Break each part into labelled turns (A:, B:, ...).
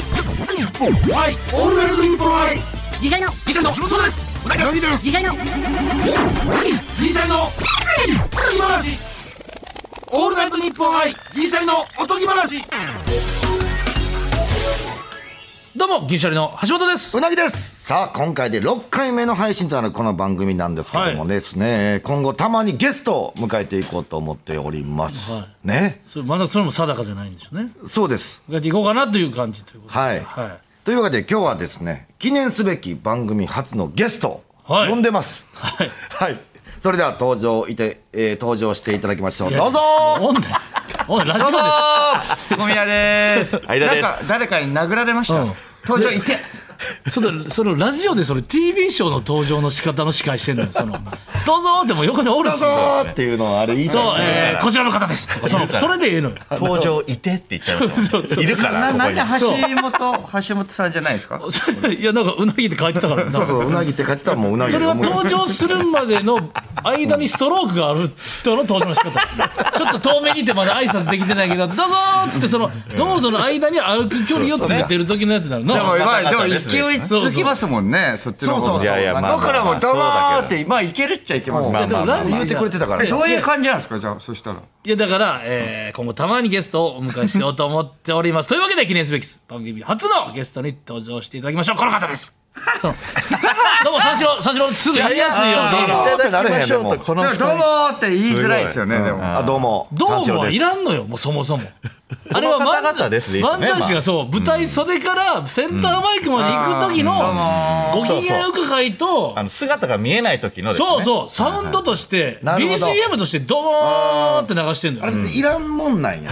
A: はい、オールナイトニッポン愛
B: ギリシャリの
C: ギリシャリのそうですうなぎです
B: ギリシャリ
A: ギ
B: の
A: リシャリのおとぎ話オールナイトニッポン愛ギリシャリのおとぎ話
C: どうもギリシャリの橋本です
D: うなぎですさあ今回で6回目の配信となるこの番組なんですけどもですね、今後たまにゲストを迎えていこうと思っております、
C: は
D: ね
C: それまだそれも定かじゃないんですよね
D: そうです
C: やっていこうかなという感じということで
D: はい
C: はい
D: というわけで今日はですね記念すべき番組初のゲスト、
C: はい
D: 呼んでます
C: はい
D: はいそれでは登場いて、えー登場していただきましょうどうぞ
C: おん ねんおいラジオで
E: 小宮です。
D: 相田です
E: なんか誰かに殴られました。
C: うん
E: 登場いて。
C: そのそのラジオでその TV ショーの登場の仕方の司会してんのよその「どうぞ」ってもう横におる
D: どう
C: し
D: ぞーっていうのはあれ言い
C: そう、
D: たいです
C: えーこ
D: ね
C: ちらの方ですとかそのそれでええのよ
F: 登場いてって言っちゃうのいるか
E: な
F: らこ
E: なん
F: こに
E: で橋本橋本さんじゃないですか。
C: いやなんかうなぎって書いてたからな
D: そうそううなぎって書いてたらもううなぎ
C: それは
D: 思うよ
C: 登場するまでの間にストロークがある人の登場の仕方ちょっと遠目にいてまだ挨拶できてないけど「どうぞ!」っつってその「どうぞ」の間に歩く距離を詰めてる時のやつなの
E: でも
C: な
E: まあでも
F: で
E: 勢
F: すね
E: いつきますもんね。そっちの方
D: そうそう
F: いやいやまあ
E: 僕らもどうもーっ
F: そうだけ
E: てまあいけるっちゃいけます
D: ま
E: ね。
D: あまあまあ
C: でも
D: 言ってくれてたから
E: え
D: ね
E: どういう感じなんですかじゃあそしたら。
C: いやだから、えー今後たまにゲストをお迎えしようと思っておりますというわけで記念すべき番組初のゲストに登場していただきましょうこの方ですそのどうも三四郎三四郎すぐ言いやすいよう
D: どう
C: に
D: もーってなれへんでも
F: こ
E: でもどうもーって言いづらいですよね。でも。
D: あどうも
C: ど
D: 三四
C: う
D: 郎
C: も
D: です
C: いらんのよもうそもそも あれは
F: この方々ですね
C: 漫才漫才師がそう、舞台袖からセンターマイクまで行く時のご機嫌伺いと
F: あの姿が見えない時のですね
C: そうそうサウンドとして
D: なるほど
C: BGM としてドーンって流してんの
D: あれ
C: よ
D: 別にいらんもんなんや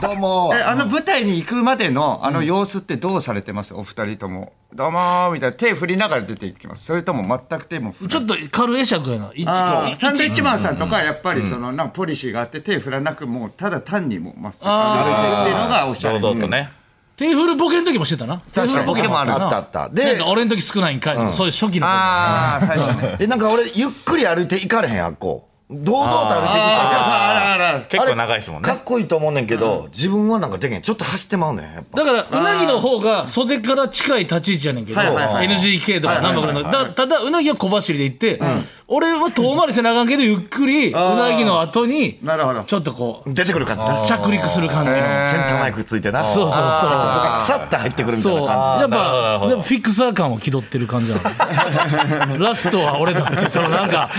D: どうも
E: えあの舞台に行くまでのあの様子ってどうされてますお二人とも。どうもーみたいな手振りながら出ていきます。それとも全く手も振ら
C: ち
E: ない
C: ょっと軽会釈やな一
E: あー
C: 応
E: サンドイッチマンさんとかはやっぱりそのなんかポリシーがあって手振らなくもうただ単にもうまっすぐ歩いてるっていうのがおしゃれ
F: 堂々とね
C: テーフルボケの時もしてたなテー
D: 確
C: フ
D: か
C: ル
D: に
C: ボケもあるな
D: あったあった
C: なん
D: で
C: か俺の時少ないんかい、そういう初期の頃
E: ああ最初ね
D: えなんか俺ゆっくり歩いて行かれへんあっこ堂々と歩いていく人じゃん
E: あらあら
F: 結構長いですもん
D: か
F: ね
D: っこいいと思うねんけど、自分はなんかでけんちょっと走ってまうねんやっぱ
C: だからうなぎの方が袖から近い立ち位置やねんけど、
E: はいはいはい
C: NGK とか何番かのだからただうなぎは小走りで行って、俺は遠回りせなあかんけどゆっくりう
E: ー
C: なぎの後に
E: なるほど
C: ちょっとこう
D: 出てくる感じな
C: 着陸する感じの
D: センターマイクついてな
C: そうそうそう
D: とかさって入ってくるみたい
C: そ
D: な
C: う
D: 感
C: やっ
F: なる
C: ぱ
F: ほど
C: やっぱフィクサー感を気取ってる感じなのラストは俺だってそのなんか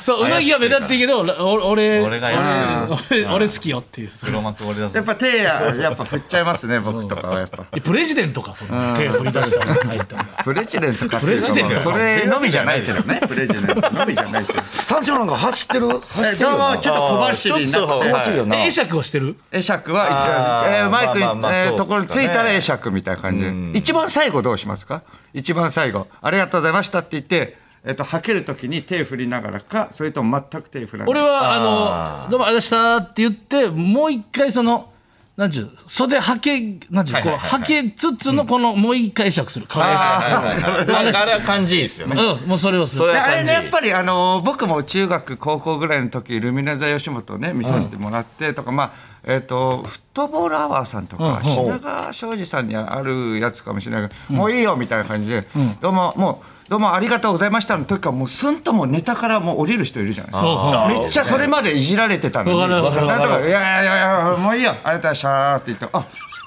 C: そううなぎが目立っていいけどらお俺
F: 俺がや
C: 俺俺好きよっていうそう
F: 黒幕俺だぞ
E: やっぱ手ややっぱ振っちゃいますね僕とかはやっぱ
C: プレジデントかその手を振り出したら入ったの
E: プレジデントか
C: プレジデント
E: それのみじゃないけどねプレジデントのみじゃないけど
D: じ三四郎なんか走ってる走
E: え
D: ってる
E: どう
D: よな
E: もちょっと小走りにな
F: ちょっと
E: って
F: はい
D: 走るよな
C: え会釈をしてる
E: 会釈は一応えーマイクに
F: まあまあまあ
E: え
F: そ
E: ー
F: う
E: ところに着いたら会釈みたいな感じ一番最後どうしますか一番最後ありがとうございましたって言ってえっとはけるときに手振りながらかそれとも全く手振らない
C: 俺はあの「どうもありがとうございました」って言ってもう一回そのなんちゅう袖はけなんちゅうこうはけつつのこのもう一回会釈する軽い
F: はい
C: 会
F: はいはいはいあれは感じいいですよね
C: 釈うんもうそれをす
F: そ
C: る
F: れ
E: で
F: は
E: あれ
F: 感
E: ね
F: じい
E: やっ
F: い
E: ぱりあの僕も中学高校ぐらいの時ルミネ座吉本をね見させてもらってとか、まあえっ、とフットボールアワーさんとか、品川庄司さんにあるやつかもしれないけど、もういいよみたいな感じで、どうももうどうもありがとうございましたの時からもうすんともうネタからもう降りる人いるじゃないですかめっちゃそれまでいじられてたのに
C: わかるわかるわかる
E: なんとかいやいやいやもういいよありがとうございましたって言ってあ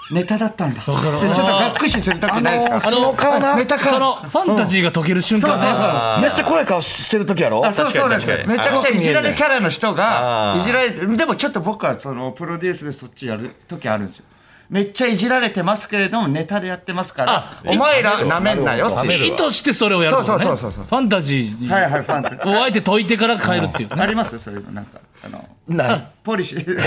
E: ネタだったんだちょっとがっくしする時ないです
D: あ
E: か、
D: のーその顔な
E: ネタから
C: そのファンタジーが解ける瞬
E: そうそう
C: 間ね
E: そう
D: めっちゃ怖い顔してる時やろ
E: あそうそうで
F: 確
E: す
F: か
E: め
F: に
E: ちゃくちゃいじられキャラの人
F: あ
E: が
F: ー
E: いじられてでもちょっと僕はそのプロデュースでそっちやる時あるんですよめっちゃいじられてますけれどもネタでやってますからお前らなめんなよっていう
C: 意図してそれをやるからね
E: そうそうそうそう
C: ファンタジー
E: はい
C: に
E: はいファンって
C: おあえて解いてから変えるっていうね
E: ありますそういうのなんかあの
D: ない
E: ポリシー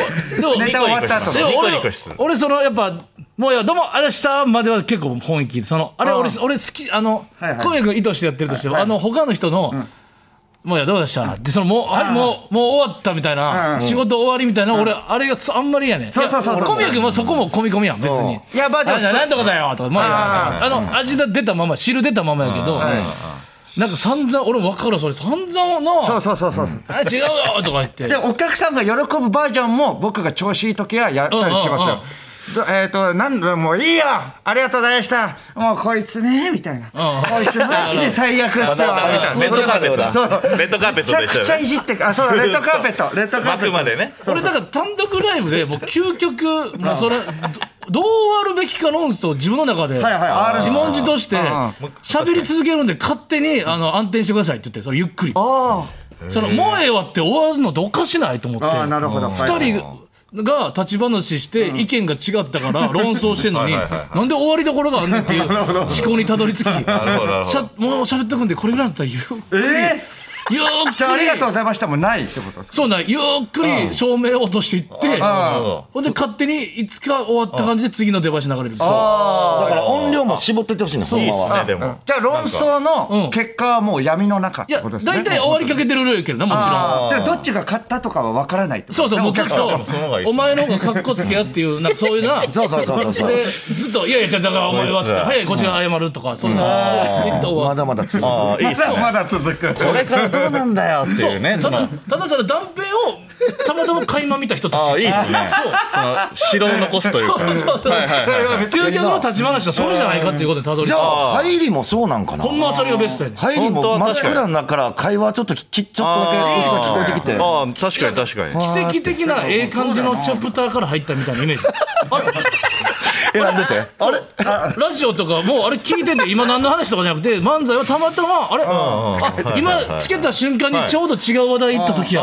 C: も
E: ネタ終わった後
C: で
E: の
C: も俺
F: ニコニコしてる
C: 俺そのやっぱもういやどうもあれしたまでは結構本気そのあれ
E: ああ
C: 俺俺好きあの
E: はいはい
C: 小宮君意図してやってるとしてもあの他の人のもういやどうでしたでそのもうはいもうもう終わったみたいな仕事終わりみたいな俺あれがそあんまりやねん
E: そうそうそうそう
C: いや小宮君はそこも込み込みやん別に
E: いやまあでも
C: あれだなんとかだよとかまああの味だ出たまま汁出たままやけどなんか散々俺分かるそれ散々
E: そう
C: の
E: そうそうそう
C: あ違うよとか言って
E: でお客さんが喜ぶバージョンも僕が調子いい時はやったりします
C: うんうんうん
E: よどえっ、と、なんだ、もういいよありがとうございましたもうこいつね、みたいな。こいつマジで最悪っすよ、みたいな。
F: レッドカーペットだ
E: そうそう
F: レッドカーペットと
E: めちゃ
F: 一緒
E: くちゃ
F: だ
E: い
F: ね
E: じってくあ、そうだ、レッドカーペット、レッドカーペ
F: 幕
E: ット。
F: までね
C: それだから単独ライブでもう究極もうそれどどうあるべきか論争を自分の中で
E: はいはいある
C: 自問自答して
E: うん
C: 喋り続けるんで勝手にあの暗転してくださいって言ってそれゆっくり
E: あ
C: そのもうええわって終わるのっておかしないと思って
E: あ、ああ、なるほど。
C: 二人が立ち話して意見が違ったから論争してんのに
F: はいはいは
C: なんで終わりどころがあんねんっていう思考にたどり着きし
F: ほどなるほど
C: ゃもう喋っとくんでこれぐらいだったらゆっくり
E: ええ
C: ゆっ
E: じゃあ、あ
C: く
E: り
C: り
E: がとうございましたもないってことですか
C: そうなんゆっくり照明を落としていって
F: なるほど
C: ほんで勝手にいつか終わった感じで次の出橋流れる
D: だから音量も絞ってってほしいの、ほん
F: いい
D: ま
F: っす
D: は。
F: ねでも
E: じゃあ、論争
C: う
E: の
C: ん
E: 結果はもう闇の中っ
C: い
E: て
C: や
E: ことですね。
C: 大体終わりかけてるルールやけどなもちろん
E: あーでもどっちが勝ったとかは分からないってこ
C: そ
E: と
C: うそうもう
E: で
C: ずっ
E: すねお
C: と
F: さんもその方がいいっす
C: お
F: ね
C: 前の方がかっこつけやっていうなんかそういうな
D: そうそうそうそう
C: でずっと「いやいやじゃあだからお前は」っつって「
F: こいつは
C: はいこっちが謝る」とかそんな言って終わ
D: ま
C: る
D: だまだ続く。
F: ああいいっ
E: 客
F: す
E: さん
F: ね
E: まだ続く。
F: これからどうなんだよって
C: そ
F: いうね
C: う
F: そ
C: そ
F: の
C: のただただ断片をたまたま垣間見た人たち
F: ああいいっすねその城を残すというか
C: そうそう究極の立 ち話はそれじゃないかっていうことでたどり着
D: じ
C: い
D: ゃ
C: た
D: あ、入りもそうなんかな
C: ほ。んまはそれがベストやね
D: 入りも
F: 本当
D: 真
F: は
D: っ
F: 確かに
D: 暗の中から会話ちょっとききちょっとだけ聞こえてきて。
F: ああ確かに確かに
C: 奇跡的なええ感じのチャプターから入ったみたいなイメージあれ
F: 選んでて
C: あれラジオとかもうあれ聞いてて今何の話とかじゃなくて漫才はたまたまあれあ今つけた瞬間にちょうど違う話題行った時や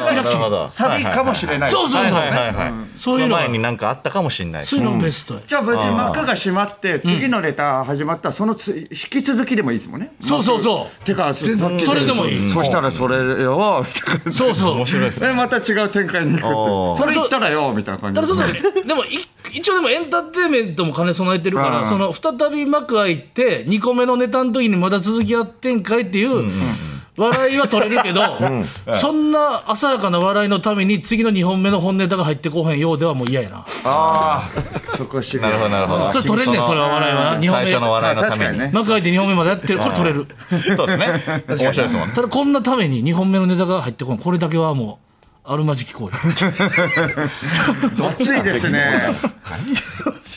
C: ラッキーラッキー
F: ー
E: サビかもしれない。
C: そうそうそう
F: はいはいはい
C: そう
F: そ
C: いうの
F: の前になんかあったかもしれない
C: そういうのベストや
E: じゃあ別に幕が閉まって次のレター始まったらそのつ引き続きでもいいですもんね。
C: そうそうそ
E: てかそ
C: それでもいい
E: そしたらそれを
C: うそうそう
F: 面白いですね
E: でまた違う展開に行くってそれ言ったらよみたいな感じ
C: ただ
E: で
C: そ
E: すね
C: のでもい一応でもエンターテインメントも兼ね備えてるか
E: う
C: ら
E: ん
C: その再び幕開いて2個目のネタの時にまだ続きやってんかいっていう笑いは取れるけど、そんな浅やかな笑いのために次の2本目の本ネタが入ってこへんようではもう嫌やな
E: ああそこし
F: なるほどなるほど
C: それ取れんねんそれは笑いはな二本
F: 最初の
C: 目
F: 笑いのた
E: 確
F: め
E: か
F: に
E: にね。
C: 幕開いて2本目までやってるこれ取れる
F: そうですね面白いですもんね
C: ただこんなために2本目のネタが入ってこんこれだけはもうあるまじき行為
E: 暑いですね。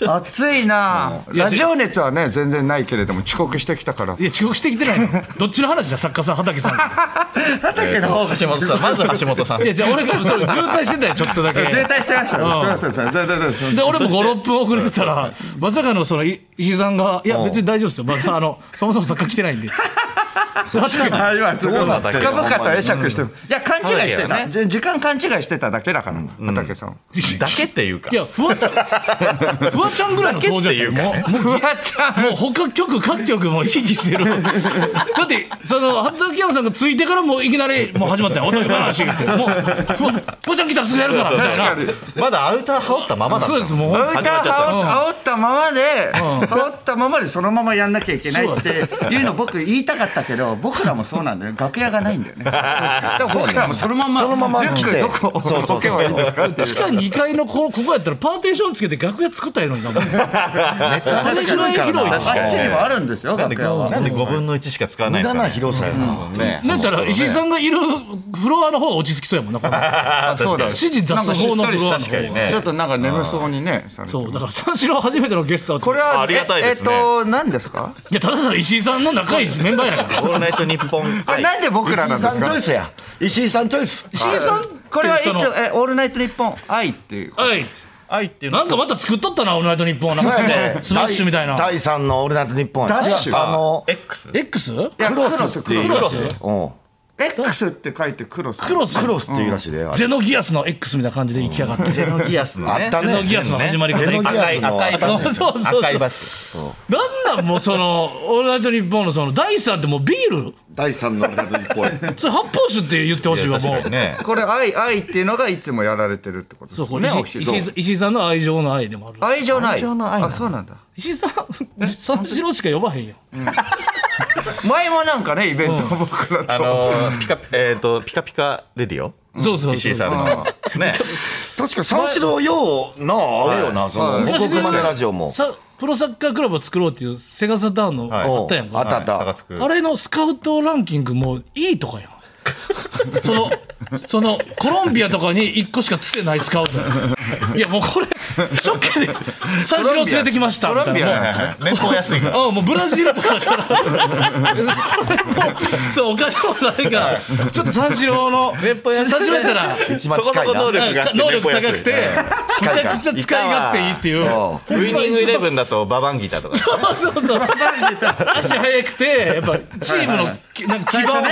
E: 暑いな。ラジオ熱はね全然ないけれども遅刻してきたから
C: い。や遅刻してきてないのどっちの話だ作家さん畑さん
E: 畑の方が
F: 橋本さんまず橋本さん
C: いやじゃあ俺がそう渋滞してたよちょっとだけ
E: 渋滞してましたね。すみませんすいませんすいません。
C: で俺も56分遅れてたらまさかのそのい石井さんが「いや別に大丈夫ですよ、まあ、あのそもそも作家来 てないんで」
E: あ今ちょっと
D: どうなってる
E: 深々と会釈してるいや勘違いして
F: そうだよ
E: たじ時間勘違いしてただけだから畑さん
F: だけっていうか
C: いやフワちゃん フワちゃんぐらいの登場やったよもうもう
E: フワちゃん
C: もう他局各局もう行き来してるだってその畠山さんがついてからもういきなりもう始まったよ「おとぎ話」ってもうフワ「フワちゃん来たらすぐやるから」みたいな
F: まだアウター羽織ったままだった
C: そうですもう
E: アウター羽織
C: うん
E: 羽織ったままで羽織ったままでそのままやんなきゃいけないっていうの僕言いたかったけど僕らもそうなんだよ楽屋がないんだよねだから僕らも そのまま
D: そのまま
E: リュ
D: 来
E: ッ
D: て
E: クどこ
D: そうそうそう
E: 置けばいいんですかっていう
C: 地下2階のこここやったらパーテーションつけて楽屋作ったらいいのになもう
D: めっちゃ
C: めっ
D: 話
C: ちゃ
D: 広いから
C: 広い
D: な。
C: な
E: あっちにもあるんですよ
F: なんで
E: 楽屋は
F: なんで5分の1しか使わ
D: 無
F: ないん
D: 駄
F: ですか
D: な
F: ね
D: 広さやな。
F: ね
C: だったら石井さんがいるフロアの方が落ち着きそうやもんなこ の
E: あそうだ
C: 指示出す方のフロアの
F: 確かに
C: 方
F: ね
E: ちょっとなんか眠そうにねされて
C: そうだから三四郎初めてのゲストだと
E: これは
F: ありがたいですね
E: ええっと何ですか
C: いやただただ石井さんの仲いいメンバーやから
F: オールナイトニッポン
E: これなんで僕
D: 石井
E: らなんで
D: さ
E: す
D: んチョ
E: か
D: イスや。石井さんチョイス。
C: 石井さん
E: これはいつ
C: その
E: えオールナイトニッポン愛っていう
C: はい
F: 愛っていうの
C: なんかまた作っとったな「オールナイトニッポン」なん
D: そう
C: か
D: やね
C: スマッシュみたいな
D: 第第三のオールナイトニッポンや。
E: ダッシュ
D: あの、
F: X
C: X?
E: いや
D: クロスっていう
E: ク
D: ら
E: ロ
D: し
E: ス
D: い
C: クロ。
D: うん
E: X って書いてクロス
C: クロス
D: クロスっていうらしいで。あれ
C: ゼノギアスの X みたいな感じで行きやがって
F: ゼノギアスのね
D: あったね
C: ゼノギアスの始まり方
F: ゼノギアスの赤い赤いバス
C: そうそうそう
F: 赤いバス
C: なんなんもうその「オールナイトニッポン」のその第3ってもうビール
D: 第三のオールナイトニッポンや。
C: それ発泡酒って言ってほしいわもう
F: 確かにね
E: これ愛愛っていうのがいつもやられてるってことで
C: そう
E: す
C: こ
E: よ
C: れ
E: ね
C: 石
E: お昼
C: 石井さん石井さんの愛情の愛でもある
E: 愛情の愛
F: 愛情の愛な
E: あ
F: んだ
E: そうなんだ
C: 石井さん三四郎しか呼ばへんよ
E: 前もなんかねイベント僕ら
F: あ
E: と
F: のーピカえっとピカピカレディオ
C: そうそうそう
F: 石井さんのね
D: 確か三四郎ようなあれよなその
C: 昔
D: 五
C: ね
D: 国までラジオも。
C: さプロサッカークラブを作ろうっていうセガサターンの
F: はい
C: あったやんか、
D: あったあっ
F: はい差
D: た
F: がつく
C: あれのスカウトランキングもいいとかやんそのそのコロンビアとかに1個しかつてないスカウトいやもうこれショックで三四郎連れてきました
E: コ
C: み
E: ロ
C: た
E: ン
C: い
E: ビ
C: なもう
E: アね
F: 年俸安いから。
C: ああもうブラジルとかだからそうお金もないからちょっと三四郎の
F: 連邦安い
C: 三四郎やったら
D: 一番近いな
F: そこそこ能力があって
C: 能力高くて
F: 年俸安
C: め
F: い
C: ちゃくちゃ使い勝手いいっていう
D: うん
F: ウィニングイレブンだとババンギターとかね。
C: そうそうそう足速くてやっぱチームのきなんか基盤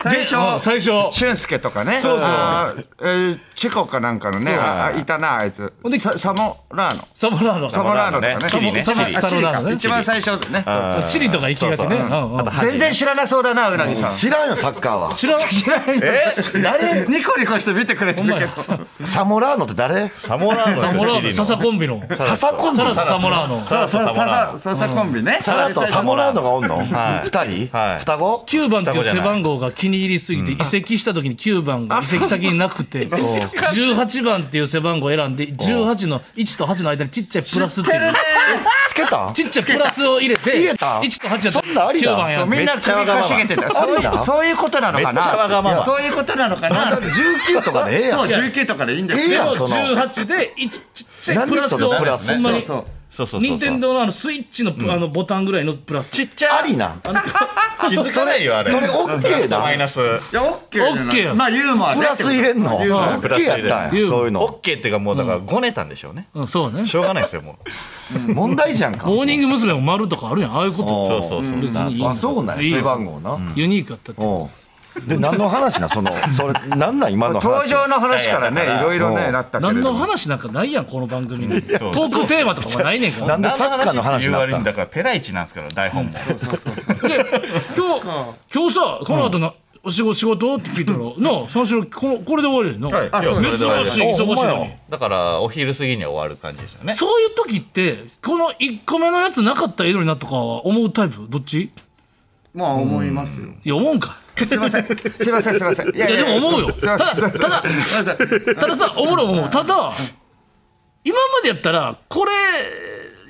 E: 最初ね
C: うん最初
E: 俊介とかね
C: そうそう
E: あーえーチェコかなんかのねああいたなあいつ
C: んで
E: ササモラーノ
C: サモラーノ
E: サモラーノとかね
F: チリね
E: サモ
F: チリ
E: あチリ
C: サモラーノ
E: か
C: ね
E: 一番最初ね
C: チリとか行きがちねうんうん
E: 全然知らなそうだなうなぎさん
D: 知らんよサッカーは
C: 知らん
E: 知らない
D: 誰
E: ニコニコして見てくれてるけど
D: サモラーノって誰
F: サモラーノ
C: サモラー
F: チリ
C: ノサ
F: の
C: サコンビの
D: ササコンビ
C: サラスサモラーノ
F: サラとサ
E: サ
F: モラー
E: サ
F: ノ
E: ササコンビね
D: サラとサモラーノがおんの
F: はい
D: 二人
F: はい
D: 双子
C: 9番っていう背番号が気に入りすぎて移籍した時に9番が移籍先になくて18番っていう背番号を選んで18の1と8の間にちっちゃいプラスっていう
D: つけ た
C: ちっちゃいプラスを入れて
D: 入れた
C: 1と8だ
D: そんなんありだ
C: 9番や
E: そうんみんな
F: めっちゃ
E: 首
F: わがま
E: か
F: ま
E: しげてた
D: あ
E: そ
D: り
E: ういう
D: だ
E: そういうことなのか
F: めっちゃわがま
E: な
F: ま
E: そういうことなのかな
D: 19とかでええやん
E: そう19とかでいいんだ
D: ええ
E: よ
D: やん
C: でも
D: その
C: 18で1ちっちゃいプラス
D: 何そ
C: を
D: のプラス
C: ほんまに
E: そう
F: そうそうそうそう。
C: 任天堂のあのスイッチのあのボタンぐらいのプラス
F: ちっちゃ
D: ありな
C: あの
F: 気づかないよあれ。
D: それオッケーだ
F: マイナス。
E: いやオッケーじゃ
C: オッケー
E: な
C: や
E: いまあユーモアね
D: プラス入れんのオ
E: ユーモア
D: ッケーやったん
C: ユー
D: や
C: モア
D: そういう
F: オッ
D: の
F: ケーっていうかもうだからごねたんでしょうね。
C: うんそうね
F: しょうがないですよもう。
D: 問題じゃんか
C: モーニング娘。も丸とかあるやんああいうこと
F: そうそうそう。
C: 別にいい
D: あそうなん
C: いい
D: や背番号な
C: ユニークやったって
D: うんで何の話なそのそれ何なん今の話
E: 登場の話からね
F: いやいや
E: いろいろ
D: う
E: ね
D: ん
E: なったけれ
C: 何
E: ど
C: の
E: も
C: 話なんかないやんこの番組にトークテーマとかもないねんから
D: なんでサッカーの話になった
F: 言う割に
D: の
F: だからペライチなんですから台本も。
C: で今日今日さこの後のお仕事仕事って聞いたらなあ三四郎このこれで終わりやんな
F: はいあそうなんだ
C: 珍しい
D: あほん
C: 忙し
D: ま
C: い
D: や
C: のに
F: だからお昼過ぎには終わる感じですよね。
C: そういう時ってこの1個目のやつなかったらええのになとかは思うタイプどっち
E: まあ思いますよ
C: いや思うんか
E: すいませんすいませんすいませんい
C: いやでも思うよ
E: すい
C: た
E: ま
C: だ
E: せんすい
C: た
E: ま
C: だ
E: せんすいません
C: たださおもろい思うただ今までやったらこれ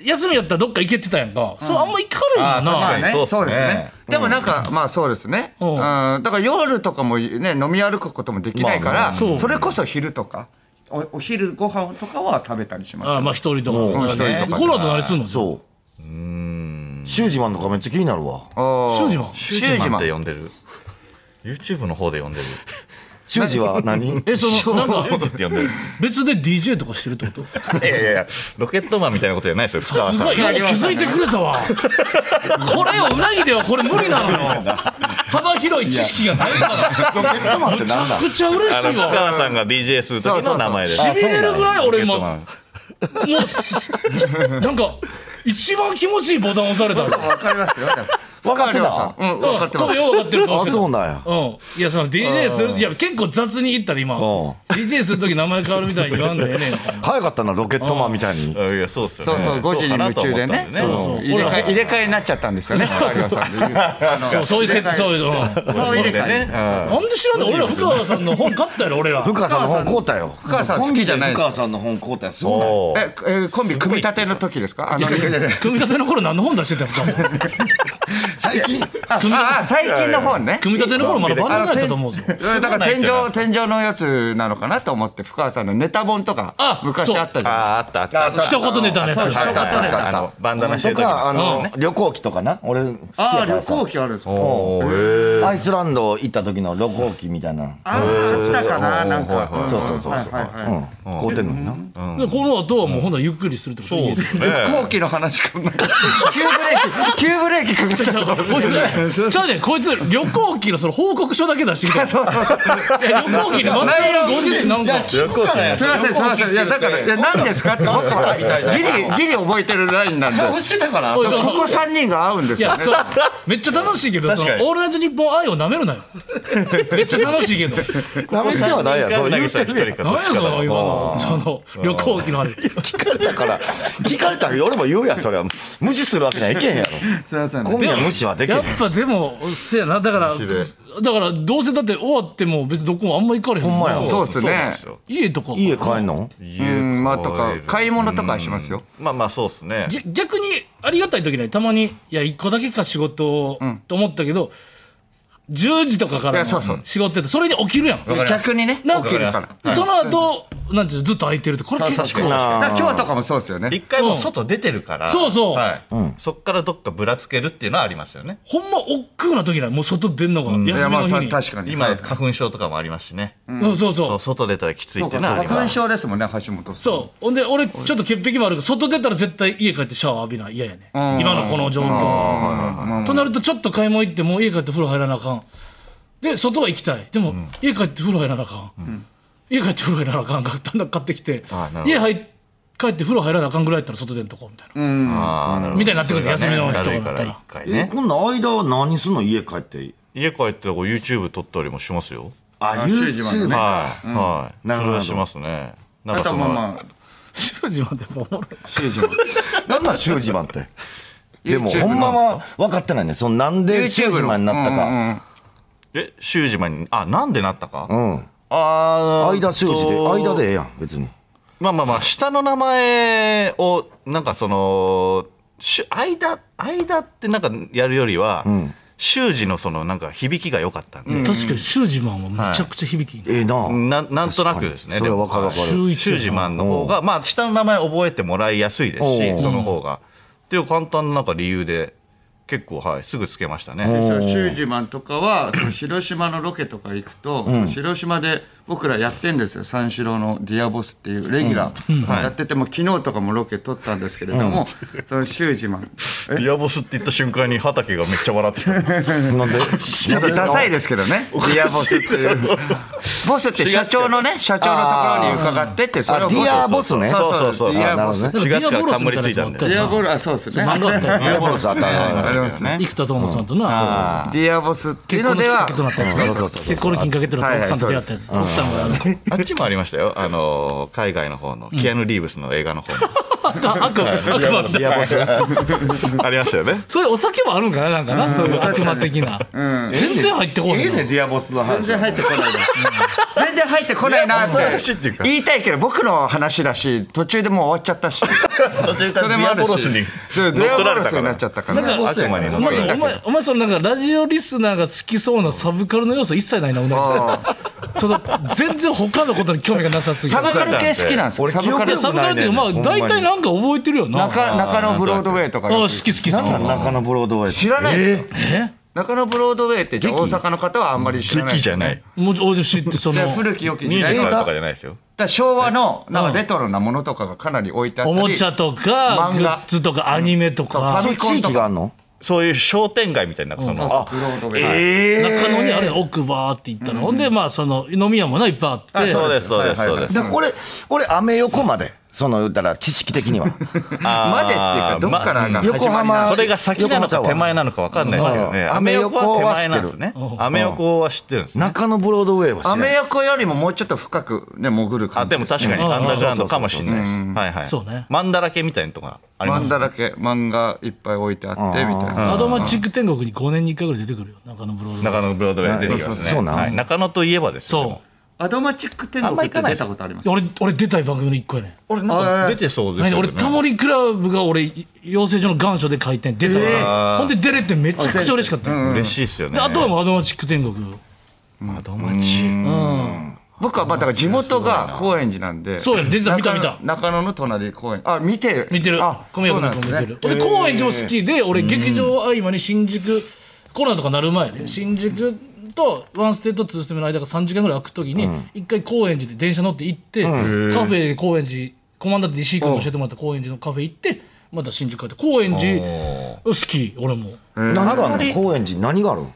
C: 休みやったらどっか行けてたやんかそうあんま行かないもん
F: あ
C: な
F: ー確か
E: ま
F: に
E: あね
F: そうっすね
E: そうですねでもなんかまあそうですね
C: う
E: うんんだから夜とかもね飲み歩くこともできない
D: ま
E: か
D: あ
E: ら
C: そう
E: それこそ昼とかおお昼ご飯とかは食べたりします
C: ああまあ一人とか
E: ん一人とか
C: コロナと何すんの
D: そうシュージマンとかめっちゃ気になるわ
E: お
C: 庄
E: ー
C: 司は
F: シュージマンって呼んでる。YouTube の方で呼んでる。
D: シュージは何
C: えそのなん
F: シュ
C: か
F: ージって呼ん でる。
C: 別で DJ とかしてるってこと
F: いやいやいや、ロケットマンみたいなことじゃないですよ、深川
C: す
F: さん
C: ごい。よう気づいてくれたわこれをうなぎではこれ無理なのよ幅広い知識がないから
D: ロケットマンって
C: めち
D: 何
C: ゃ
D: だ
C: くちゃ嬉
F: あ
C: し
F: の、
C: い
F: 深
C: わ
F: 川さんが DJ する時の名前です。
C: しびれるぐらい俺今
F: ロケットマ
C: も
F: ン
C: うすなんか一番気持ちいいボタン押された
E: わかりますよ でも
D: 分かってた
E: うん分かって
C: 多
E: ま
C: 分
E: す
C: よう分かってる顔し
D: あ
C: てた
D: そうなんや
C: うん、いやその DJ するいや結構雑に言ったら今 DJ する時名前変わるみたいに言わんでええねんみたいな
D: 早かったなロケットマンみたいに
F: うんいや、そうっすよ
E: そう
F: ね。
E: そう5時に夢中でね
F: そうかなと思ったんで
C: そ
F: ね。
E: 入
C: う
E: れ替え入れ替えになっちゃったんですよね有吉さんで言う
C: そうそういう設そういううん
E: そう入れ替え
C: なんで知らんの俺ら福川さんの本買ったやろ俺ら
D: 深川さんの本買うたよ深
E: 川さん好きじゃない
D: 深川さんの本買うたよすごい
F: おー
E: ええーコンビ組み立ての時ですかあの
C: 組み立ての頃何の本出してたんですか
D: 最近
E: ああ最近の本ね
C: 組み立ての頃まだバンドぐらいやったと思うぞ
E: だから天井天井のやつなのかなと思って深川さんのネタ本とか
C: あ
E: 昔あったじゃない
F: あーあったあったあった。
C: 一言ネタのやつ
F: はいはいはい
D: あった
F: あの、バンダナして
D: と
F: る時の
D: かあの旅行記とかな俺好きや
E: ですかあ
D: か
E: あ旅
D: らさ
E: 行機あるんですか
F: おーへー
D: アイスランド行った時の旅行記みたいな
E: あーあったかななん
F: はいはい
E: か
D: そうそうそうそう
E: はいはいは
D: うん買うてんのにな
C: でこの後はもうほんならゆっくりするってこと
F: そうっすね。
E: 旅行機の話かなんか 急ブレーキ急ブレーキかかっちゃっ
C: ちゃうこいつ、ちゃうねんこいつ旅行記のその報告書だけ出してきた。いや旅行記にまつわる50なんか。
F: 旅行機ね
E: すいませんすいませんいやだからいや何ですかって僕はギリギリ覚えてるラインなんでこ
D: してたから
C: おいそう
E: こ3人が合うんで
C: い
E: すよ
C: や、
E: ね
C: そう、めっちゃ楽しいけど、そ
F: 確
C: の
F: かに
C: オールナイトニッポン愛を舐めるなよ。めっちゃ楽しいけど。
D: なめてはないやんそう言うてるやん
F: 一人か
C: 何やそ
F: どっちかだ
C: の今の、その旅行記のあれ。
D: 聞かれたから聞かれたら俺も言うやんそれは無視するわけにはいけへんやろ
E: すいません
D: コンビは無視はできへ
C: や
D: ん
C: っぱでも、せやな、だから、
F: 白い
C: だからどうせだって終わっても別にどこもあんま行かれへん。
D: ほんまや
E: そうですね
F: そうなんで
C: 家とか。
D: 家帰んの
F: すよ
E: うんまあとか
F: 家帰る
E: 買い物とかはしますよ
F: まあまあそうですね。
C: ぎ逆にありがたい時にたまにいや1個だけか仕事をと思ったけど、 10時とかから
E: い
C: の
E: やそうそう
C: 仕事ってそれに起きるやん
F: わかります
E: 逆にね
C: な
E: 起きるから
C: でその後なんていうのずっと空いてるってこれ結
D: 確
C: 構
D: か
E: だから今日とかもそうですよね
F: 一回もう外出てるから。
C: そうそう
F: はい。そっからどっかぶらつけるっていうのはありますよね。
C: ほんま億劫な時ないもう外出んのが休み
E: 山田
C: の日
E: さん
C: に
E: 確かに
F: 今、花粉症とかもありますしね。
C: うんそう
F: そ、
C: そうう
F: 外出たらきつい
E: そ
F: っ
E: う
F: てい
E: か
F: うのは
E: 花
F: ありま
E: 粉
F: す。
E: 症ですもんね橋本さん
C: そうほんで俺ちょっと潔癖もあるから外出たら絶対家帰ってシャワー浴びない嫌やね
E: ん
C: 今のこの状況となるとちょっと買い物行ってもう家帰って風呂入らなあかんで外は行きたいでも家帰って風呂入らなあかん家帰って風呂入らなあかんがだんだん買ってきて
F: あなるほど
C: 家入っ帰って風呂入らなあかんぐらいやったら外出んとこみたいな
F: あーなるほど
C: みたいになってくる
F: それが
C: 休
F: ね
C: みの日とかだ
F: だ
C: っ
F: る
C: たら
F: いら一回
D: え
F: ね。
D: こんな間は何すんの家帰って
F: 家帰ってこう YouTube 撮ったりもしますよ。
D: あ
E: あ修二番の
D: YouTube
E: ね
F: はい。はい。
D: なる
F: そ
D: ほ
F: れ
D: ど
F: はしますね。な
E: あ
F: んか
E: と
F: そ
E: はまあ
F: の、
E: まあ
C: 自慢でもおもろい
E: 修二も
D: なんなん修二番ってでも
E: YouTube
D: ほんまは分かってないねそのなんで修二番になった
E: うんうん
D: か
E: うん
F: え、修二番に、あ、なんでなったか
D: うん
F: あー
D: 間修二で
F: と
D: 間でええやん別に
F: まあまあまあ下の名前をなんかそのしゅ間間ってなんかやるよりは、習字のそのなんか響きが良かったんで、
C: 確かにシュージマンはめちゃくちゃ響きいいね
D: ええな
F: ななんとなくです
D: 確かに
F: ね
D: それは分かる分かる
F: でもはい習字マンの方がまあ下の名前覚えてもらいやすいです
D: おう
F: しその方がっていう簡単ななんか理由で結構はいすぐつけましたね
E: でその修二マンとかはその広島のロケとか行くと、その広島で僕らやってんですよ三四郎の「ディアボス」っていうレギュラーやっててもう昨日とかもロケ撮ったんですけれども、その修二マン
F: デ ィアボスって言った瞬間に畑がめっちゃ笑ってた
D: なんで
E: ちょっとダサいですけどね。ディアボスって いう。ボスって社長のね、社長のところに伺ってって、それを
D: あディアボスね
F: そうそうそう
E: ディアボス。
D: あなるほどね
F: 4月から冠ついたんで
E: ディア
C: ボ
E: ボス、あ、そうですね。
C: 漫画あったよ
D: ディアボロスあった
E: あ
D: な
E: りますね。
C: 生田斗真さんとな
E: ディアボスってい
C: 結
E: うの
C: 婚
E: で
C: のきっか
E: は
C: け、となったや
D: そう
C: つ
D: そうそう
C: 結婚のきっかけとなった奥さんと出会ったやつ奥さんがあの
F: あっちもありましたよ、あのー海外の方の、キアヌ・リーブスの映画の方 も
D: ディ
C: 悪悪魔みたいな
D: アボス
F: ありましたよね。
C: そういうお酒もあるんかななんかなそういう悪魔的な全然入ってこ
D: え
C: へ
D: え
C: ん
D: ね
C: の
D: ディアボスの話
E: 全然入ってこないです。全然入ってこないなっ
F: ディアボ
E: て
F: スっていうか
E: 言いたいけど僕の話だし途中でもう終わっちゃったし
F: 途中
E: それもあるしそうデ
F: 乗
E: ィア
F: っ取
E: ボ
F: られた
E: ス
F: か
E: になっ
F: ら
E: ちゃったから
D: なんか
F: 悪魔に乗
C: お
F: っ
C: 前
F: 取られ
C: お前お前そのなんかラジオリスナーが好きそうなサブカルの要素一切ないなお前その全然他のことに興味がなさすぎて
E: サブカル系好きなんですよ
D: 俺
E: サブカ
C: い
E: ル
C: やサブカルっていうかま
D: ほ
C: あ
D: んまに
C: 大体なんか覚えてるよなあ
E: 中中野ブロードウェイとかよく
C: 好き好き好
D: なんなん
C: き
D: 中野ブロードウェイ
E: 知らないですか、中野ブロードウェイってじゃあ大阪の方はあんまり知ら
F: た。
E: ない
F: 劇じゃない。
C: もう俺知ってそ
E: で
C: の
E: 古き良き
F: ミュ
E: 時
F: ージ
E: 代
F: カル
E: だか
F: とかじゃないですよ。
E: ら昭和のなんかレトロなものとかがかなり置いてあった
C: お
E: り
C: もちゃとか
E: 漫
C: グ
E: 画
C: ッズとかアニメとか
D: そういう地域があんの
F: そういう商店街みたいな、なんかその、
E: ブロードウェイ、はい
C: 中野にあれ奥バーって行ったらほんでまあその飲み屋もな、いっぱいあって
F: そうです、そうです、
E: はい
F: そ
E: は
F: う
E: い
F: です。
D: で俺俺アメ横までその言ったら知識的には
E: までっていうかどっからが始まりな
D: 横浜
F: それが先なの
D: 横浜
F: か
D: ちゃうわ
F: 手前なのかわかんないですけどね。
D: うん
F: アメ横は手前なんですね。アメ横は知ってるんです。
D: 中野ブロードウェイは知
E: ア
D: らな
E: メ
D: い
E: 横よりももうちょっと深くね潜る
F: あ、
E: 感じ
F: でも確かにアンダーグラウンドかもしれないです。
D: うん
F: はいはい。
C: そうね
F: マンダラケみたいなとこがあります
E: 漫。画だけ漫画いっぱい置いてあってみたいな
C: アドマチック天国に5年に1回ぐらい出てくるよ中野ブロードウェイ
F: 中野ブロードウェイ出てきます
D: そうそうそう
F: ね。
D: なん
F: はい中野といえばですよ。で
C: そ
F: も
E: アドマチック天国って出たことあります
C: 俺俺出たい番組の1個やねん
F: 俺なんか出てそうです
C: 何
F: よね。
C: 俺タモリクラブが俺養成所の願書で書いてん出たから、ほんで出れてめちゃくちゃ嬉しかったよ、
F: 嬉しいですよね。
C: であとはもうアドマチック天国
F: アドマチ。
E: 僕はまあだから地元が高円寺なんで
C: そうやね出てた見た
E: 中野
C: 見た
E: 中野の隣高円あ見てる
C: 見てる
E: あ
C: 小宮
E: そう
C: 君
E: な
C: なん
E: ですね
C: んかも見てる、ほんで高円寺も好きで俺劇場合間に新宿コロナとかなる前ね新宿とワンステートツーステの間が3時間ぐらい空く時に一回高円寺で電車乗って行って、カフェで高円寺コマンダーって石井君に教えてもらった高円寺のカフェ行ってまた新宿帰って高円寺好き俺も
D: 何があるの高円寺何があるの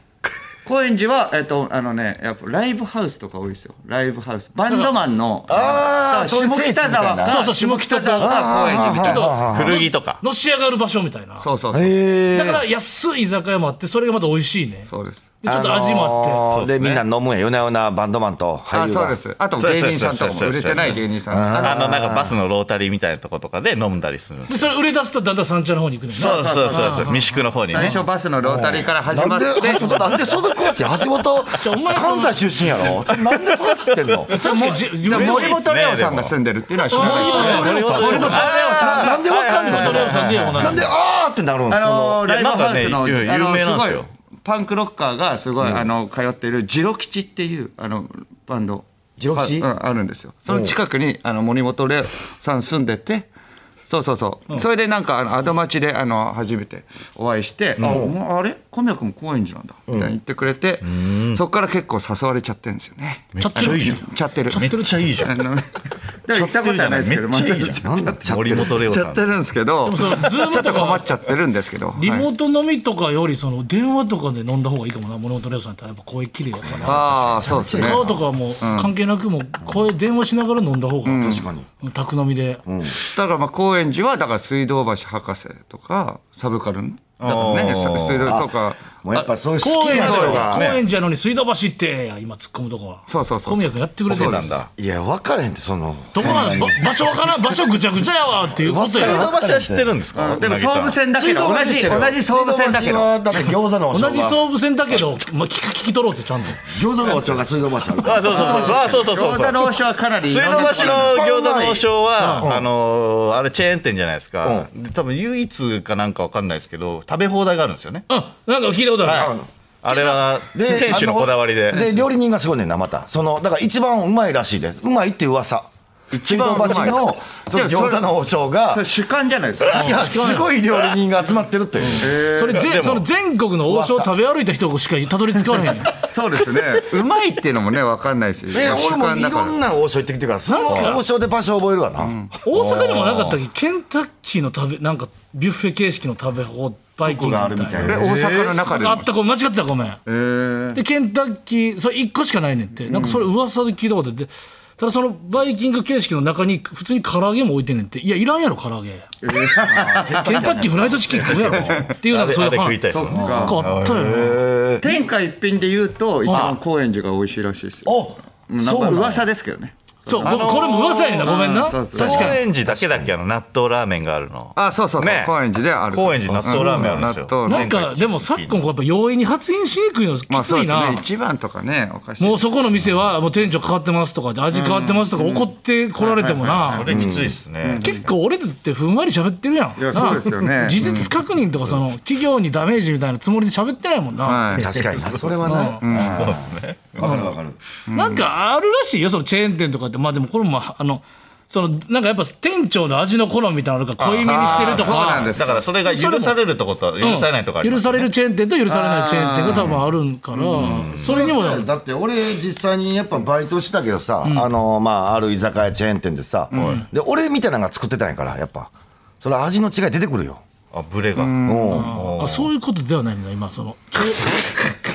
E: 高円寺はえっとあのねやっぱライブハウスとか多いですよライブハウスバンドマンの
D: あー
E: だから下北沢か
C: そうそう下北
E: 沢
C: 沢
E: か高円寺みたいな
F: 古着とか。
C: のし上がる場所みたいな
E: そうそうそう
D: え
C: だから安い居酒屋もあってそれがまた美味しいね
E: そうです
C: でちょっと味もあっ
D: でみんな飲むんやよなよなバンドマンと
E: あ
D: 俳優
E: そう
D: が
E: ですあと芸人さんとかも売れてない芸人さんあ
F: あのなんかバスのロータリーみたいなとことかで飲んだりする
C: てでそれ売れ出すとだんだん三茶の方に行くねんな
F: そうそうそうそう三宿の方に
E: 最
F: ね
E: 初バスのロータリーから始
D: な
E: ま
D: ん
E: っ
D: で
E: て
D: 橋本なんでその詳しい橋本
C: お前その
D: 関西出身やろそれなんでそれ知ってん の
C: 確かにじ
E: だから
C: もう
E: 森本レオさんが住んでるっていうのは知らないですね
D: 森本レオさんななんでわかんの
C: それはさでもな
D: なんであーってなるん
E: あ
D: その
E: のーライブハウスの
F: いやなんかねいや
E: あの
F: 有名なんですよ
E: ごいパンクロッカーがすごい、あの通っているジロ吉っていうあのバンド
D: ジロ吉
E: あうんあるんですよその近くにあの森本レオさん住んでてそうそうそう、それでなんかあのアドマチであの初めてお会いして「あもうあれ小宮君も高円寺なんだ」みたいに言ってくれて、そこから結構誘われちゃってるんですよね。
F: めっちゃいいじゃん
E: ちゃってる
F: めっちゃいいじゃん
E: あのでも行ったことはないですけど
F: めっちゃいいじゃん
D: なんだっちゃって
F: 森
D: る
F: 本レオ
E: ち
F: さ
E: ゃっ
F: ん
E: てるんですけど、ち
C: その Zoom
E: ょっと困っちゃってるんですけど、はい
C: リモート飲みとかよりその電話とかで飲んだ方がいいかもな森本レオさんってやっぱ声綺麗だから
E: ああ、そうですね。
C: 顔とかはもう関係なくもう声電話しながら飲んだ方が
D: 確かに。
C: 宅飲みで
E: だからまあ高円寺はだから水道橋博士とかサブカルのだからね、
D: あー
E: 水道とか。
D: もうやっぱそういう好
C: 高
D: き
C: 円
D: な人
C: 寺
D: が
C: 高
D: ね。
C: 円寺やのに水道橋って今突っ込むとこは
E: そうそうそうそう
C: 小宮君やってくれて
F: そう
C: る
F: なんだ
D: いや、分からへんって、その。
C: どこなんば場所わからん場所ぐちゃぐちゃやわっていうこと
F: 水
C: や
F: 道橋は知ってるんですか
E: でも総武線だけど同じ同じ総武線だけ
D: 水道橋
E: ど。
D: はだって餃子の王将
C: 同
D: が
C: じ総武線だけどまあ聞き聞き取ろうぜちゃんと
D: 餃子の王将が水道橋あるから
F: あそうそうそうあそうそうそ
E: 餃
F: うそう
E: 子の王将はかなりい
F: 水
E: ろ
F: 道
E: んなとこ
F: 橋
E: ろに
F: の餃子の王将は、あのーあれチェーン店じゃないですか、で多分唯一かなんかわかんないですけど食べ放題があるんですよね、
C: うんなんか聞いたことある
F: あれは
D: で
F: 店主のこだわりで
D: あので料理人がすごいねんなまたそのだから一番うまいらしいですうまいって噂
E: 一番うまい
D: 水道橋のその
E: いやそれ
D: 餃子の王将が
E: それ主観じゃないです
D: いやすごい料理人が集まってるという
C: それ
F: で
C: 全
F: も
C: その全国の王将を食べ歩いた人しかたどり着かれへんよ
E: そうですね。うまいっていうのもねわかんないし。
D: え俺
E: 主
D: も
E: 観
D: い
E: だ
D: ろ
E: か
D: んな王将行ってきてるからその王将で場所覚えるわな、
C: 大阪にもなかったっけケンタッキーの食べなんかビュッフェ形式の食べ放題
D: こがあるみたい
E: ら。
D: な
E: で大阪の中で
C: あ
E: も
C: っ。たごめん間違ってたごめん、でケンタッキーそれ1個しかないねんってなんかそれ噂で聞いたことでただそのバイキング形式の中に普通に唐揚げも置いてんねんっていやいらんやろ唐揚げケンタッキーフライドチキン食うやろっていうな
F: あ
C: んか
F: れ
C: そうい
F: あ
C: う話
F: れ食いたいですよね
C: なんかあったよね
E: 天下一品で言うと一番高円寺が美味しいらしいですよ。なんか噂ですけどね。
C: そう僕これも噂やねんなごめんな
E: あそう
C: 確
E: そう
F: 高
C: かに
F: 円寺だけだっけあの納豆ラーメンがあるの
E: あ、そうそうそう
F: ね。
E: 高円寺である。
F: 高円寺納豆ラーメンあるんですよ
E: 納豆
C: なんかでも昨今やっぱ容易に発言しにくいのきつ
E: まあそうで
C: い
E: すね
C: な。
E: 一番とかね、おかしい。
C: もうそこの店はもう店長変わってますとかで味変わってますとか怒って来られても
F: そ
C: な
F: れきついっすね、
C: 結構俺だってふんわり喋ってるやん
E: いや
C: な
E: そうですよ ね
C: 事実確認とかその企業にダメージみたいなつもりで喋ってないもんな
E: はい。
D: 確かにな それはな、わかるわかる、
C: なんかあるらしいよそのチェーン店とかってまあでもこれもまああのそのなんかやっぱ店長の味の好みみたいなのが濃いめにしてると
E: あーそうなん
C: か
E: で
F: だからそれが許されるとこと許されないとかあり
C: うん許
F: ます
C: さ
F: よね
C: れるチェーン店と許されないチェーン店が多分あるんからそれにも
D: そうやだって俺実際にやっぱバイトしたけどさ、あのまあある居酒屋チェーン店でさ、で俺みたいなのが作ってたんやからやっぱそれ味の違い出てくるよ、
F: あブレが、
D: うん
C: あそういうことではないんだ今その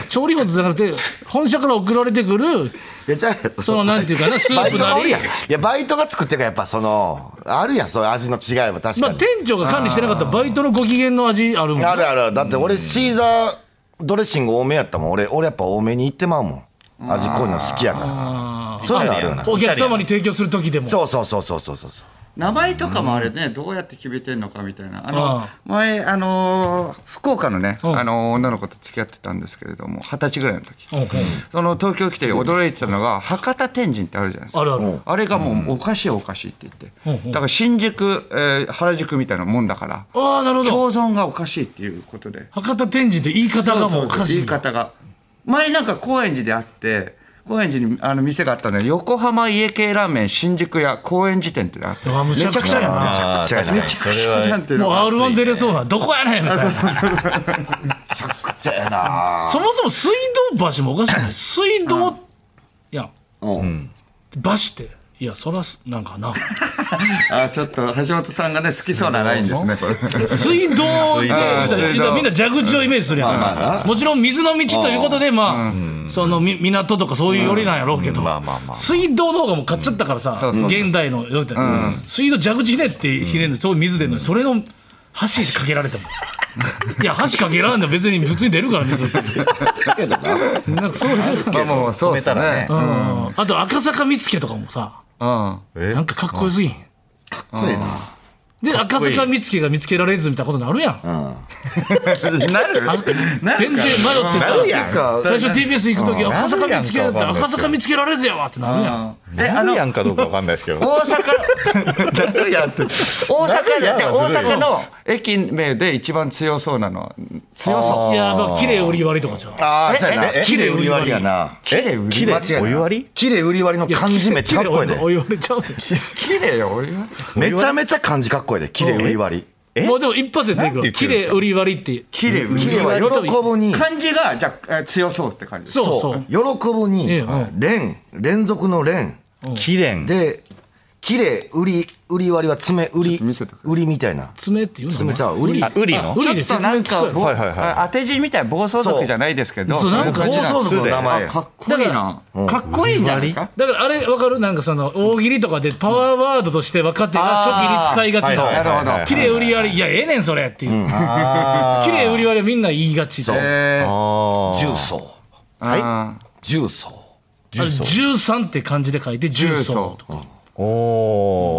C: 調調理法じゃなくて本社から送られてくる
D: いやちゃうやろ
C: そのなんていうかなス
D: バ
C: ー
D: イト
C: プ
D: が
C: な
D: おる
C: り
D: やんいやバイトが作ってるからやっぱそのあるやんそういう味の違いは確
C: ま
D: か
C: あ
D: に、
C: 店長が管理してなかったバイトのご機嫌の味あるもん
D: あ、る
C: ね
D: あるだって俺シーザードレッシング多めやったもん俺俺やっぱ多めにいってまうもん味濃いの好きやからそういうのあるよな
C: お客様に提供する時でも
D: そうそうそうそうそうそう
E: 名前とかもあれね、どうやって決めてんのかみたいな。あの
C: ああ、
E: 前、あのー、福岡のね、
C: ん
E: あのー、女の子と付き合ってたんですけれども、二十歳ぐらいの時。
C: うんうん
E: その東京来て驚いてたのが、博多天神ってあるじゃないですか。
C: あるある
E: あれがもうおかしいおかしいって言っ
C: うんう
E: て。
C: ん
E: だから新宿、えー原宿みたいなもんだから、
C: ああなるほど
E: 共存がおかしいっていうことで。
C: 博多天神って言い方がもうおかしい
E: 言い方が前なんか高円寺であって高円寺にあの店があったので横浜家系ラーメン新宿屋高円寺店ってあって
C: うわむちゃくちゃやな
F: あー
D: 違う違う
F: 確かに
E: くちゃじゃんっていうの
C: もう
E: が
C: r 1出れそうなどこやねんみたいな
D: くちゃやな
C: そもそも水道橋もおかしくない水道いや
D: うん
C: 橋っていやそらすなんかな
E: あちょっと橋本さんがね好きそうなラインですねこれ
C: 水道
E: 水道
C: でみんなみんな蛇口をイメージするやん、もちろん水の道ということでまあ、そのみ港とかそういうよりなんやろうけど、
F: まあまあまあ
C: 水道の方がもう買っちゃったからさ、
E: うそう
C: 現代の要するに水道蛇口ひねってひねるのそういう水出るのにそれの箸かけられても。いや箸かけられんの別に普通に出るから水ってなんかそういう
E: まあもうそうですね
F: 止めた
E: うん
C: うんあと赤坂見附とかもさ
E: うん
F: え
C: なんかかっこよすぎん
D: かっこええな
C: で赤坂見つけが見つけられずみたいなことになるやん
E: なる
C: あ全然迷ってさ
E: なるやん
D: か
C: 最初 TBS 行く時赤坂見つけられ
F: なるやんか
C: 赤坂見つけられずやわってなるやん
E: えあ
F: ある
E: の
F: やんかどうかわかんないですけど。
E: 大阪 大阪だって大阪の駅名で一番強そうなのは強そう
C: いやまあ綺麗売り割りとかじゃん
D: ああ、そうや
F: え
D: な。
F: え
D: 綺麗売り割りやな。
E: 綺麗売
F: 綺
E: り
F: 麗
D: 間
E: 割
D: 違いない。
F: お湯割り
D: 綺麗売り割りの漢字めっちゃかっこい いで。
C: お言われちゃうで
E: 綺麗よ俺は
D: めちゃめちゃ漢字かっこいいで。綺麗売り割り。
C: もうでも一発で出てく
F: なんて
C: る
F: 言って
C: 綺
F: るんです
C: 麗
F: か
C: 売り割りって
E: 綺麗売り
D: 綺麗
E: 割
D: は喜ぶに
E: り。漢字がじゃあえー強そうって感じです
C: そうそ
D: そうう。喜ぶに
C: ええうん、
D: 連、連続の連。
F: 綺麗。
D: で、綺麗売り、売り割りは爪売り
E: ちょっと見せてく、
D: 売りみたいな。
C: 爪っていうの
D: 爪ちゃう、売り
F: あ。ウリの
C: 無。理
E: ちょ
C: で
E: っ
C: す
E: となんかぼ
F: はいはいはい
E: 当て字みたいな暴走族じゃないですけど
C: そうそうなんか
E: い
D: 暴
E: 感じなんで
D: 走
E: す
D: 族の名前
E: あ
D: や。
E: かっこいいなかっこいいんじゃないですか
C: だからあれ分かるなんかその大喜利とかでパワーワードとして若手が初期に使いがち
F: あーはい
E: はいはいはい
C: な
E: はい
C: 綺麗売り割りいやええねんそれっていう綺麗売り割りはみんな言いがちであ
E: えー
F: あ
D: 重曹。
E: あー
D: 重曹。
C: れ13って漢字で書いて重
E: 重曹
C: 曹
F: あ。お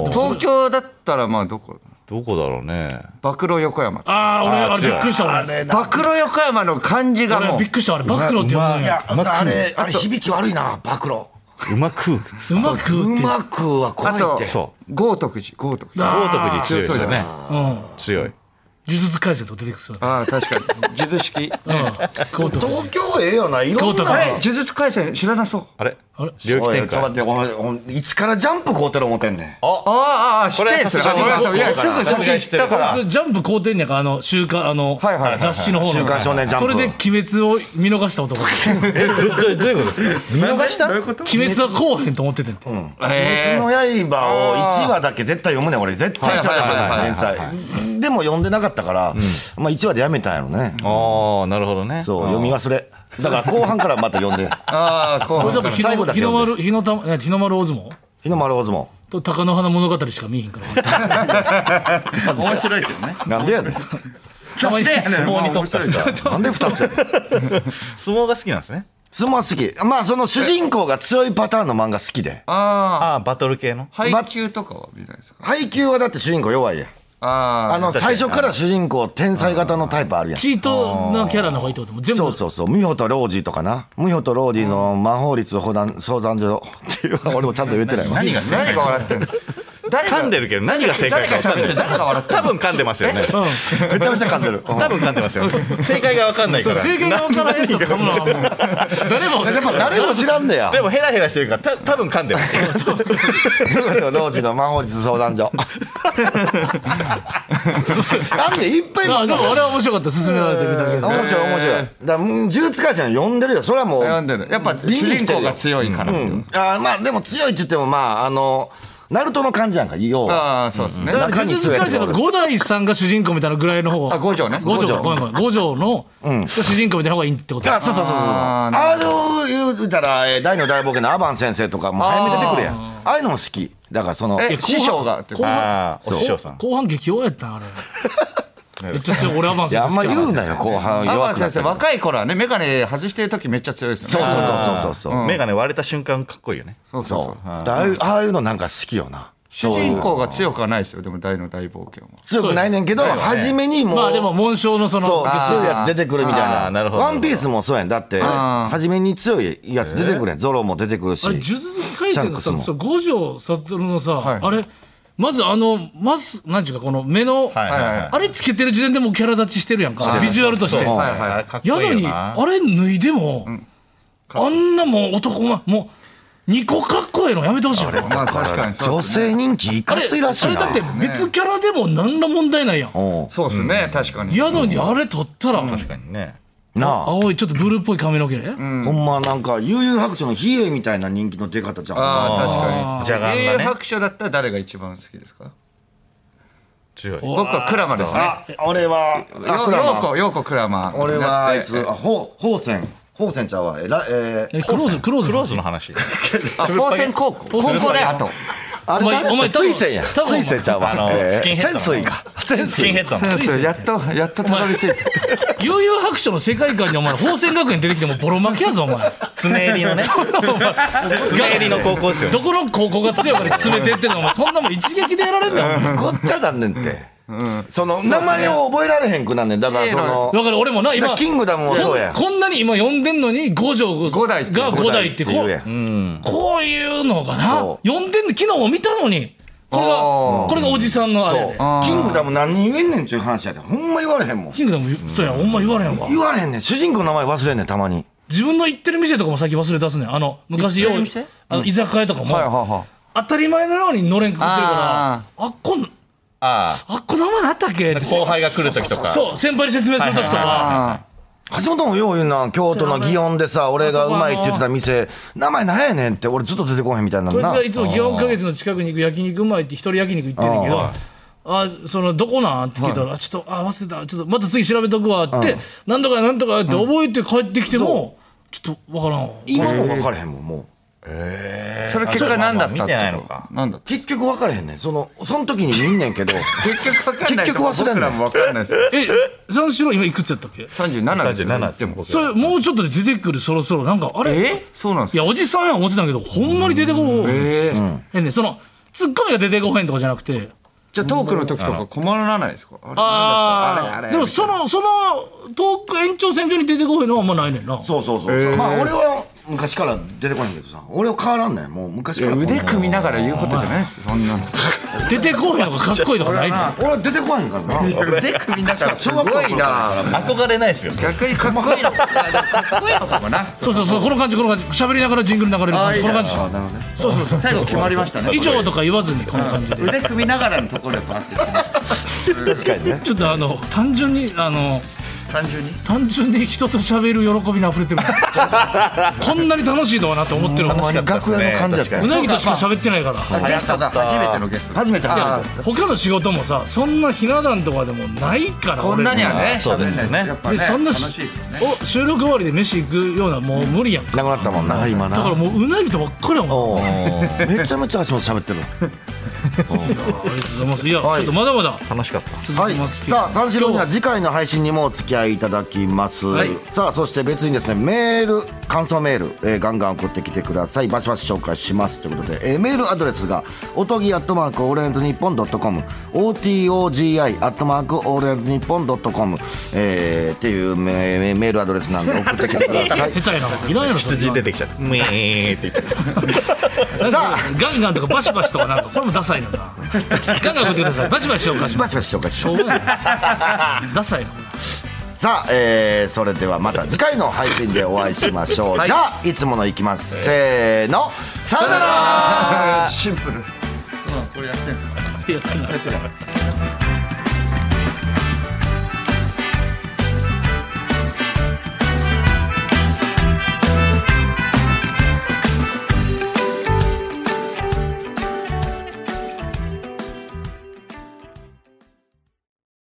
F: お。
E: 東京だったらまあどこ
F: どこだろうね。
E: 暴露横山
C: ああ俺あれびっくりした俺
E: 暴露横山の漢字が
C: 俺
E: もう
C: びっくりしたあれバックロって読む
D: い
C: んや
D: や、あれ、あれ響き悪いな、暴露。
F: うまく。
C: うまく
D: う
C: って
D: まくは怖い
E: あ
D: っ
E: と
D: て。
F: そ
E: 豪徳寺豪徳寺
C: あー
F: 豪徳寺強いですよね。
C: うん
F: 強い。
C: 呪術改正とか出てくるそう
E: ああ確かに数珠式
C: うんこうとか
D: 東京ええよな、いろん
C: 京都
D: な
C: か
E: あ。れ呪術廻戦知らなそう
F: あれ
C: あれ
F: 領域
D: おい
F: 展
D: ちょっと待
F: 開。
D: ってお前お前いつからジャンプ買うてる思ってんねん
E: ああああして
F: さすがに
E: ごめんなさいいや
F: 僕
E: すぐ先行ったか
C: そ
E: ら
C: れジャンプ買うてんねやからあの週刊あの
E: はいはいはいはい
C: 雑誌の方の
D: 週刊少年ジャン
C: そ
D: プ
C: れで鬼滅を見逃した男鬼
F: え、どどどういうことですか見逃した
E: どういうこと
C: 滅はこうへんと思っててんて
D: 鬼滅の刃を1話だけ絶対読むねん俺絶対1話だけ
F: はいはいはいは
D: 読
F: い
D: む連載でも読んでなかったから、まあ1話でやめたんやろね
F: ああ、なるほどね。
D: そう読み忘れだから後半からまた読ん で
E: ああこ
C: これ多
E: う
C: 分日
D: 最後
C: の
D: だ
C: 日
D: け
C: の
D: 読ん
C: 丸日の玉え日の丸大相撲
D: 日の丸大相撲
C: と貴乃花物語しか見えへんから
E: 面白いけどね
D: なんでやねん
C: たまに
F: 相撲に特化した。
D: なんで2つやねん
F: 相撲が好きなんですね。
D: 相撲は好きまあその主人公が強いパターンの漫画好きで
E: ああ
F: ああ、バトル系の。
E: 配給とかは見ないですか
D: 配給はだって主人公弱いやん
E: あ
D: あ
E: あ
D: の最初から主人公天才型のタイプあるやん
C: チートなキャラの方がいいってことも全
D: そ
C: 部
D: うそうそう、無法とロージーとかな、無法とロージーの魔法律相談相談 所っていう、俺もちゃんと言ってないわ。
F: 何が正
E: 何
F: 解
E: が笑ってんの誰が
F: 噛んでるけど、何が正解か分かんな
E: 誰が喋って
F: い
E: る誰が笑ってる
F: 多分噛んでますよね。
D: めちゃめちゃ噛んでる。うん
F: 多分噛んでますよ。正解が分かんない
C: そ
F: か
C: う
F: ら。
C: 正解が分からへんとかもう誰も
D: やっぱ誰も知らんねや
F: で。もヘラヘラしてるから、た多分噛んでます。
D: 無法とロージーの魔法律相談 所。なんでいっぱい。
C: あで
D: 面
C: も俺は面白かった勧められてみたけど
D: 白い面白い。だからうん呪術廻戦呼んでるよ。それはもう。
E: 読んでるやっぱ主人公が強いからっていう
D: あーまあでも強いって言ってもまああのナルトの感じやんか。要は。
E: ああそうですね
C: だから呪術廻戦の五代さんが主人公みたいなぐらいの方が
E: あ五条ね
C: 五条かごめんごめん五条のが主人公みたいな方がいいってこと
D: あそうそうそうそう。
E: あー
D: あれを言うたら、えー大の大冒険のアバン先生とかも早め出てくるやん。ああいうのも好き。だからその。
E: え師匠がって
C: 後半
F: ああ、お師匠さん。
C: 後半激弱やったんあれめっちゃ強い俺アバン
D: い
C: 先
D: や、あ
C: 生
D: んま
C: 好きや
D: 言う
C: な
D: なよ、後半
E: アバ
D: 弱
E: ン
D: くな
E: 先
D: って
E: 生
D: る。
E: 若い頃はね眼鏡外してる時めっちゃ強いです
D: そう
E: よね
D: そうそうそうそう。
F: メガネ割れた瞬間かっこいいよね。
E: そうそう
D: そ
E: そう
D: う。だからああいうああいうのなんか好きよな。
E: 主人公が強くはないですよでも大の大冒険は
D: 強くないねんけど、初めにもう。
C: まあでも紋章のそ
D: そう、
C: の
D: 強いやつ出てくるみたい
F: あ
D: な。
F: ーなるほど
D: ワンピースもそうやん。だって、
E: あー
D: 初めに強いやつ出てくるやん。ゾロも出てくるし。
C: あれ呪術廻戦の
D: シャン
C: さ
D: クス
C: そう五条悟のさ、
E: はい
C: あれまずあのまずなんちゅうかこの目の、
F: はいはいはい
C: あれつけてる時点でもうキャラ立ちしてるやんかビジュアルとして
F: そう
E: はい
F: あれかっ
C: や
F: こい
C: の
F: いよ
C: に
F: な
C: あれ脱いでも、あんなもう男前もう2個かっこええのやめてほしいよな
E: まあ確かにそう
D: 女性人気い
C: あ
D: か
C: れ
D: ついらしいな。
C: あれだって別キャラでも何ら問題ないやん
D: うん
E: そうですね確かに
C: やのにあれ取ったら、
F: 確かにね。
D: なあ。
C: 青いちょっとブルーっぽい髪の毛、
D: ほんまなんか、悠々白書の比叡みたいな人気の出方じゃん。
E: ああ確か
F: ー
E: に
F: じゃがんがね
E: 英雄白書だったら誰が一番好きですか
F: 強い。
E: 僕はクラマですね
D: あ、俺は、あ、クラ
E: よう
D: マ。
E: こようこクラマ
D: 俺はあい
E: だ
D: つ、
E: って
D: あ、ほう、ほうせん。ほうせんちゃうわ。えら、えー
C: えクローズクローズ
F: クローズの話。
E: あ高専高校高校であと
D: あ
C: お前お前多分
D: 水仙や。
C: 多分
D: 水仙ちゃうわ。
F: あの
D: えー
F: スキンヘッドの
D: 潜水か。センス
F: チンヘッドの
E: そうそうやっとやっとたどり着いた
C: 悠々白書の世界観にお前宝泉学園出てきてもボロ負けやぞお前
F: 爪襟のね爪襟の高校ですよ
C: どこの高校が強いかで詰めてってんのお前そんなもん一撃でやられんだよお前
D: ごっちゃだんねんって。その名前を覚えられへんくなんねん。だからその、
C: だから俺もな
D: だか
C: 今
D: らキングダムもそうや。
C: こんなに今呼んでんのに五条が
E: 五代って
C: 5代ってこ
D: 言う
C: う
D: やん。
C: こういうのかな
D: そ
C: 呼んでんの昨日も見たのにこれが
D: あー
C: これがおじさんのあれ
D: そう
C: で。
D: キングダム何人言えんねんちゅう話やで。ほんま言われへんもん。
C: キングダムそうやほんま言われへんわ
D: 言われへんねん。主人公の名前忘れんねん、たまに。
C: 自分の行ってる店とかも最近忘れ出すねんあの昔ようあの居酒屋とかも
E: はいはいは
C: 当たり前のようにのれんくくってるからあっこん
F: あ
C: あっこ名前なんだったっけって
F: あ後輩が来る時とか
C: そう先輩に説明する時とか
D: 橋本もよう言うな、京都の祇園でさ、俺がうまいって言ってた店、名前なんやねんって、俺ずっと出てこへんみたいなの
C: こいつ
D: な
C: が。いつも祇園花月の近くに行く焼肉うまいって一人焼肉行ってるんだけどあそのどこなんって聞いたら、あちょっとあ忘れたちょっとまた次調べとくわって、なんとかなんとかって覚えて帰ってきても、ちょっとわからんわ
D: 今も分かれへんもん、もう。
E: それ結果何だったって
F: 見てないのか
E: なんだった
D: 結局分かれへんねん。その、その時に見んねんけど。
E: 結局わかんない
D: 結局忘れん
E: 僕
D: の
E: らもわかんないですよ
C: え三四郎今いくつやったっけ
E: 37ですよ
F: 37ですよ
E: でも
C: それもうちょっとで出てくるそろそろなんかあれ
E: えそうなんで
C: い
E: すか
C: やおじさんや思ってたんやけどほんまに出てこう、
E: えー
C: 変ねそのツッコミが出てこへんとかじゃなくて
E: じゃあトークの時とか困らないですかあれなんだったあれあれ
C: でもそのそのトーク延長線上に出てこへんのはあんまないねんな
D: そうそうそう。まあ俺は昔から出てこへんけどさ、俺は変わらんねん。もう昔から。
E: 腕組みながら言うことじゃないですそんなの
C: 出てこへんのがかっこいいとかないねん
D: 俺は出てこへんから な。
E: 腕組みながらす
D: 小学校の
E: ご
D: 頃
E: い
D: から
E: な
F: 憧れないですよ
E: 逆にかっこいい のかっこいいのかもな
C: そうそうそうこの感じこの感じ喋りながらジングル流れる感じこの感じ
D: あなるほどね。
C: そうそうそう
E: 最後決まりましたね
C: 以上とか言わずにこの感じで
E: 腕組みながらのところでバーって決まった
D: 確かにね。
C: ちょっとあの単純にあの
E: 単純に
C: 単純に人と喋る喜びに溢れてるこんなに楽しいとはなって思ってる
D: ほんまに楽屋の感じやっ
F: 確か
D: た
C: う。なぎとしか喋ってないから
E: ゲストが初めてのゲストだ
D: 初めて初めて。
C: 他の仕事もさそんなひな壇とかでもないから
E: こんなにはね
F: そう
E: 喋
F: ですよ
E: ん
F: ね
E: ないやっぱね
C: でそんな
E: 楽
C: し
E: しいですよね
C: お収録終わりで飯行くようなもう無理やんだ
D: なくなったもんな、今な。
C: からもううなぎとばっかりやもん
D: おーめちゃめちゃ橋本喋 ってる。
C: ありがとうございますいや、
D: はい
C: ちょっとまだまだ
F: 楽しかった
C: 続
D: はい
C: きます、、けど
D: さあ三四郎には次回の配信にもお付き合いいただきます、
C: はい
D: さあそして別にですねメール感想メール、えーガンガン送ってきてくださいバシバシ紹介しますということで、えーメールアドレスがおとぎアットマークオールナイトニッポンドットコム OTOGI アットマークオールナイトニッポンドットコムえーっていうメメールアドレスなんで送ってきてくだ さい
C: 下手やないらんやろそれ
F: 羊出てきちゃったウィーンって言って
C: なんかガンガンとかバシバシとかなんかこれもダサいのなガンガン送ってくださいバシバシ紹介しま
D: バ
C: す
D: シバシ紹介し
C: しょ
D: ま
C: う
D: す
C: がないダサいな
D: さあ、えーそれではまた次回の配信でお会いしましょう、じゃあいつものいきますせーのさよなら
E: シンプル
C: やってない